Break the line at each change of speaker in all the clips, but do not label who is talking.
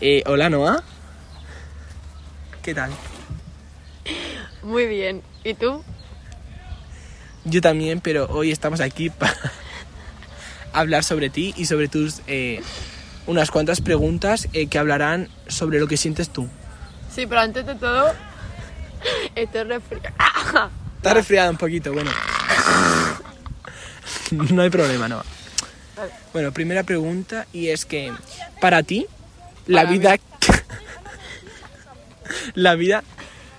Eh, hola, Noah. ¿Qué tal?
Muy bien. ¿Y tú?
Yo también, pero hoy estamos aquí para hablar sobre ti y sobre tus eh, unas cuantas preguntas eh, que hablarán sobre lo que sientes tú.
Sí, pero antes de todo, estoy ¡Ah! resfriada.
Está resfriada un poquito, bueno. No hay problema, Noah.
Vale.
Bueno, primera pregunta y es que para ti la
Para mí.
vida la vida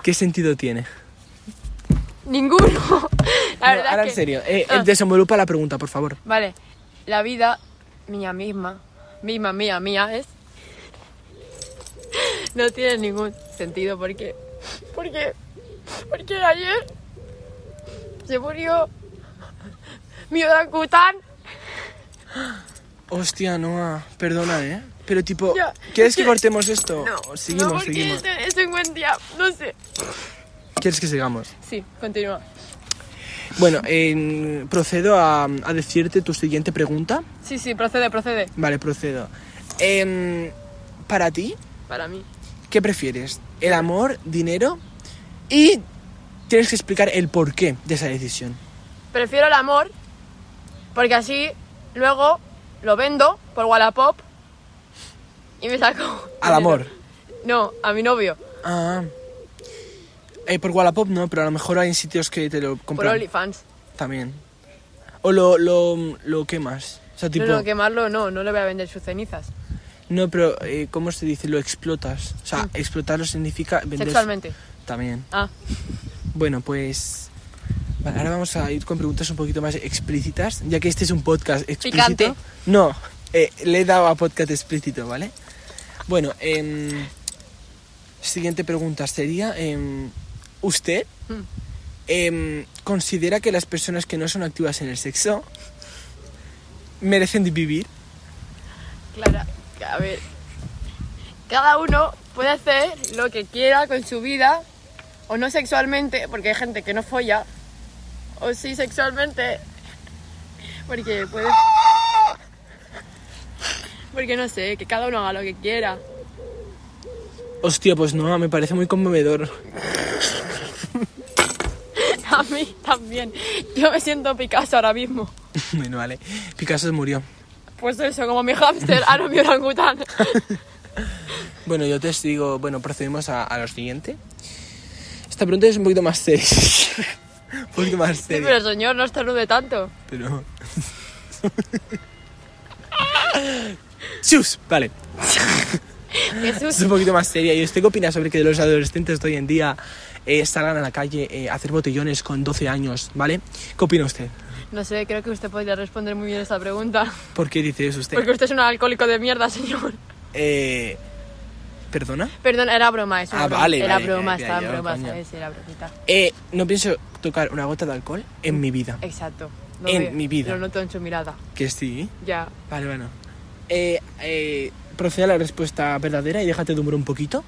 qué sentido tiene.
Ninguno. La
No,
verdad
ahora en
es que-
serio, eh,
Ah.
desenvolupa la pregunta, por favor.
Vale. La vida mía misma, misma mía mía es no tiene ningún sentido porque porque porque ayer se murió mi Odakutan.
Hostia, Noah, perdona, ¿eh? Pero tipo,
Ya,
¿quieres
es
que
que-
cortemos esto?
No,
seguimos,
no porque
seguimos.
este es un buen día, no sé.
¿Quieres que sigamos?
Sí, continúa.
Bueno, en- procedo a, a decirte tu siguiente pregunta.
Sí, sí, procede, procede.
Vale, procedo. Em, para ti,
Para mí.
¿qué prefieres? ¿El amor, dinero? Y tienes que explicar el porqué de esa decisión.
Prefiero el amor porque así luego lo vendo por Wallapop y me saco.
Al amor.
No, a mi novio.
Ah. Eh, por Wallapop no, pero a lo mejor hay sitios que te lo
Por
compran
OnlyFans.
también. O lo, lo, lo quemas. O sea, tipo,
No, no, quemarlo no, no le voy a vender sus cenizas.
no, pero eh, ¿cómo se dice? Lo explotas. O sea, explotarlo significa vender
Sexualmente.
también.
Ah,
Bueno, pues. vale, ahora vamos a ir con preguntas un poquito más explícitas, ya que este es un podcast explícito.
Picante.
No, eh, le he dado a podcast explícito, ¿vale? Bueno, em, siguiente pregunta sería: em, ¿Usted
Mm.
em, considera que las personas que no son activas en el sexo merecen de vivir?
Clara, a ver. Cada uno puede hacer lo que quiera con su vida, o no sexualmente, porque hay gente que no folla, o sí sexualmente, porque puede. Porque no sé, que cada uno haga lo que quiera.
Hostia, pues no, me parece muy conmovedor.
A mí también. Yo me siento Picasso ahora mismo.
bueno, vale. Picasso murió.
Pues eso, como mi hámster, ahora mi orangután.
Bueno, yo te digo, bueno, procedemos a, a lo siguiente. Esta pregunta es un poquito más seria. un poquito más
Sí,
seria.
pero señor, no estornude tanto.
pero... ¡Chus! Vale, es
Jesús.
un poquito más seria. ¿Y usted qué opina sobre que los adolescentes de hoy en día eh, salgan a la calle eh, a hacer botellones con 12 años, ¿vale? ¿Qué opina usted?
No sé, creo que usted podría responder muy bien esta pregunta.
¿Por qué dice eso usted?
Porque usted es un alcohólico de mierda, señor.
Eh, ¿Perdona?
Perdón, era broma, es una
Ah,
broma.
vale,
Era
vale,
broma,
ya,
estaba
ya,
en broma,
coño.
¿sabes? Era bromita.
Eh, no pienso tocar una gota de alcohol en mi
Eh,
vida.
Exacto.
En mi vida.
Lo noto en su mirada.
Que sí.
Ya.
Vale, bueno. Eh, eh, procede a la respuesta verdadera y déjate de humor un poquito.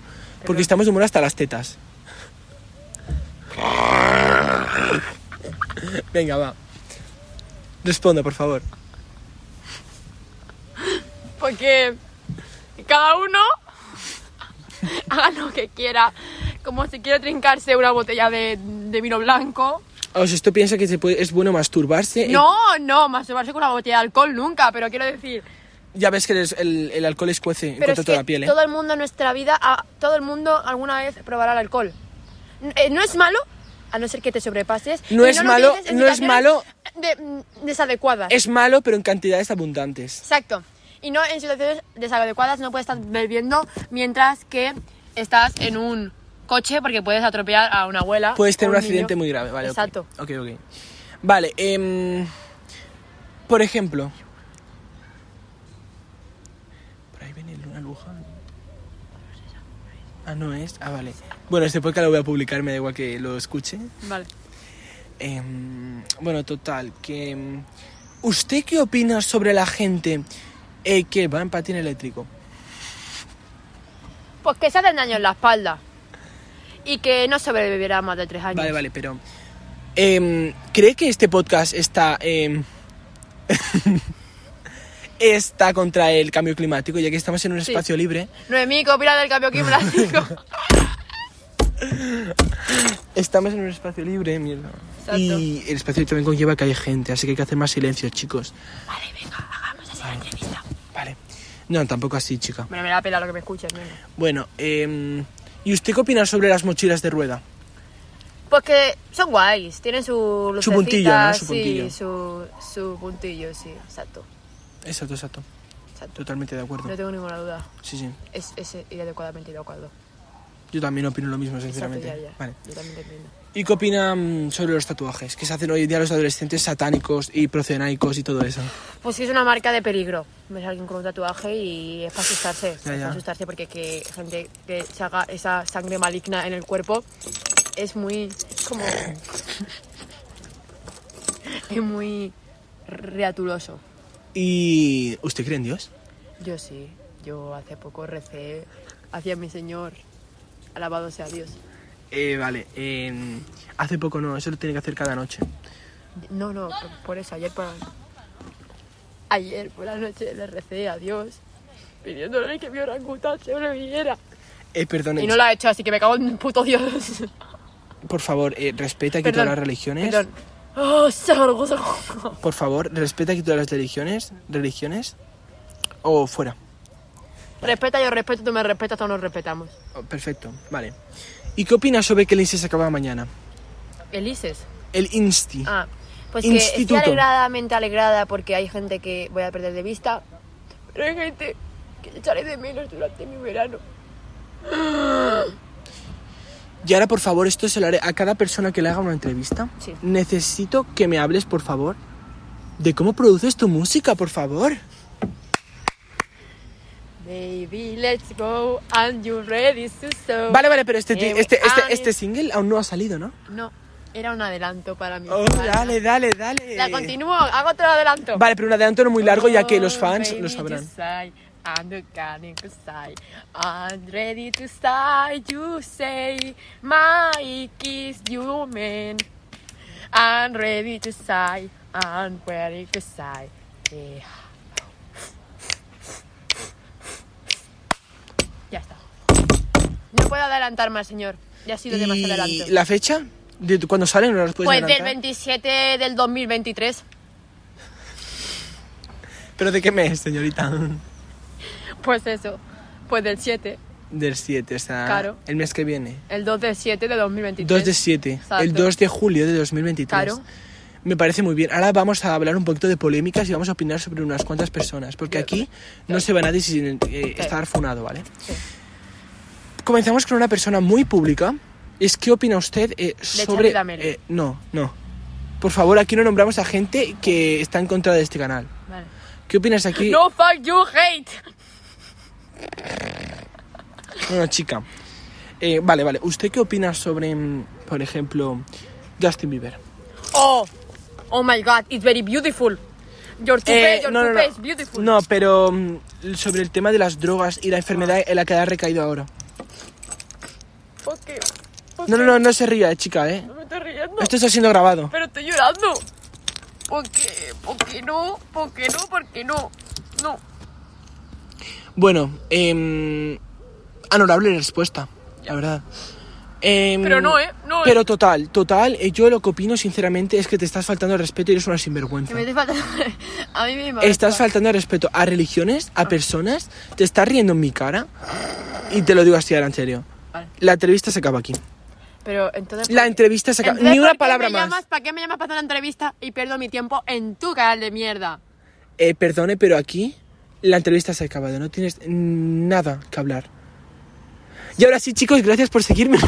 Porque estamos de humor hasta las tetas. Venga, va. Responde, por favor.
Porque cada uno haga lo que quiera. Como si quiere trincarse una botella de, de vino blanco.
O sea, ¿esto piensa que se puede- es bueno masturbarse? Eh,
No, no, masturbarse con una botella de alcohol nunca, pero quiero decir.
ya ves que el, el- el alcohol escuece en
Pero
contra
es
de
que
la piel, ¿eh?
todo el mundo en nuestra vida, a- todo el mundo alguna vez probará el alcohol. N- eh, no es malo, a no ser que te sobrepases.
No
y
es
lo
malo,
utilices en
no es
situaciones de- mm, desadecuadas.
Es malo, pero en cantidades abundantes.
Exacto. Y no en situaciones desadecuadas no puedes estar bebiendo mientras que estás en un coche porque puedes atropellar a una abuela.
Puedes
o
tener un
niño.
accidente muy grave, ¿vale? ok.
Exacto.
Ok, ok. Vale, em, por ejemplo. Por ahí viene Luna Luján. Ah, no es. Ah, vale. Bueno, este podcast lo voy a publicar, me da igual que lo escuche.
Vale.
Em, bueno, total, que... em, ¿Usted qué opina sobre la gente eh, que va en patín eléctrico?
Pues que se hacen daño en la espalda. Y que no sobrevivirá más de tres años.
Vale, vale, pero... em, ¿Cree que este podcast está... em, está contra el cambio climático, ya que estamos en un
Sí.
espacio libre.
Noemí, copia del cambio climático.
Estamos en un espacio libre, mierda.
Exacto.
Y el espacio también conlleva que hay gente, así que hay que hacer más silencio, chicos.
vale, venga, hagamos así la entrevista.
Vale. No, tampoco así, chica.
Bueno, me da pela lo que me escuches, venga.
Bueno, em, ¿y usted qué opina sobre las mochilas de rueda?
Pues que son guays, tienen su lucecita,
puntillo, ¿no? Su
sí,
puntillo.
Su, su puntillo, sí, exacto,
Exacto, exacto.
exacto.
Totalmente de
No
acuerdo.
tengo ninguna duda.
Sí, sí.
Es, es adecuadamente de acuerdo.
Yo también opino lo mismo,
Exacto,
sinceramente.
ya, ya.
Vale.
Yo también te entiendo.
¿Y qué opina mm, sobre los tatuajes que se hacen hoy en día los adolescentes satánicos y procenaicos y todo eso?
Pues sí, es una marca de peligro. Ves a alguien con un tatuaje y es para asustarse. es
ya.
para asustarse porque que gente que se haga esa sangre maligna en el cuerpo es muy. es como. es muy. reatuloso.
¿Y usted cree en Dios?
Yo sí, yo hace poco recé hacia mi Señor, alabado sea Dios.
Eh, vale. em, hace poco no, eso lo tiene que hacer cada noche.
No, no, por, por eso, ayer por, ayer por la noche le recé a Dios pidiéndole que mi orangután se viera.
Eh, perdón,
Y no lo ha hecho, así que me cago en puto Dios.
por favor, eh, respeta que
Perdón,
todas las religiones...
Perdón. Oh, sargo, sargo.
Por favor, respeta que todas las religiones... ¿Religiones? O fuera.
Respeta, yo respeto, tú me respetas, todos nos respetamos.
Oh, perfecto, vale. ¿Y qué opina sobre que el INSE se acaba mañana?
Elises.
El INSTI.
Ah, pues que estoy
Instituto.
alegradamente alegrada porque hay gente que voy a perder de vista, pero hay gente que echaré de menos durante mi verano.
Y ahora, por favor, esto se lo haré a cada persona que le haga una entrevista.
Sí.
Necesito que me hables, por favor, de cómo produces tu música, por favor.
Baby, let's go, and you ready to show.
Vale, vale, pero este, ti-
Eh,
este, este,
ah,
este single aún no ha salido, ¿no?
No, era un adelanto para mí.
Oh,
Vale.
dale, dale, dale.
La continúo, hago otro adelanto.
Vale, pero un adelanto no muy largo ya que los
Oh,
fans
baby,
lo sabrán.
just sigh, I'm the kind who sigh. I'm ready to sigh, you say, my kiss you man. I'm ready to sigh, I'm ready to sigh. Yeah. Ya está. No puedo adelantar más, señor. Ya ha sido demasiado
¿Y
adelanto.
la fecha? ¿De tu- cuándo sale? ¿No las puedes
Pues del
adelantar?
27 del 2023.
¿Pero de qué mes, señorita?
Pues eso. Pues del 7.
Del 7, o sea,
Claro.
el mes que viene.
El 2 del 7 de 2023.
2 de 7,
Exacto.
el 2 de julio de 2023.
Claro.
Me parece muy bien. Ahora vamos a hablar un poquito de polémicas y vamos a opinar sobre unas cuantas personas, porque aquí no se va nadie sin eh, estar funado, ¿vale?
Sí.
Comenzamos con una persona muy pública. Es que opina usted eh, sobre...
Charlie D'Amelio.
eh, no, no. Por favor, aquí no nombramos a gente que está en contra de este canal.
Vale.
¿Qué opinas aquí?
No fuck you hate.
Una chica. Eh, vale, vale. ¿Usted qué opina sobre, mm, por ejemplo, Justin Bieber?
Oh, oh my god, it's very beautiful. Your toupee,
Eh,
your
no, no,
toupee
no.
is beautiful.
No, pero mm, sobre el tema de las drogas y la enfermedad en la que ha recaído ahora.
Fuck you. Fuck
No, no,
you.
no, no se ría, eh, chica, eh.
No me estoy riendo,
Esto está siendo grabado.
pero estoy llorando. ¿Por qué? ¿Por qué no? ¿Por qué no? ¿Por qué no? No.
Bueno, eh, honorable respuesta, la verdad. Em,
Pero no, eh, no, eh.
Pero total, total, eh, yo lo que opino sinceramente es que te estás faltando al respeto y eres una
Que
sinvergüenza.
me estoy faltando a mí misma.
Estás faltando al respeto a religiones, a personas, te estás riendo en mi cara y te lo digo así ahora en serio.
Vale.
La entrevista se acaba aquí.
Pero entonces.
La entrevista se acaba.
Entonces,
Ni
¿por
una
qué
palabra
me
más.
llamas- ¿Para qué me llamas para hacer una entrevista y pierdo mi tiempo en tu canal de mierda?
Eh, perdone, pero aquí la entrevista se ha acabado. No tienes nada que hablar. Y ahora sí, chicos, gracias por seguirme.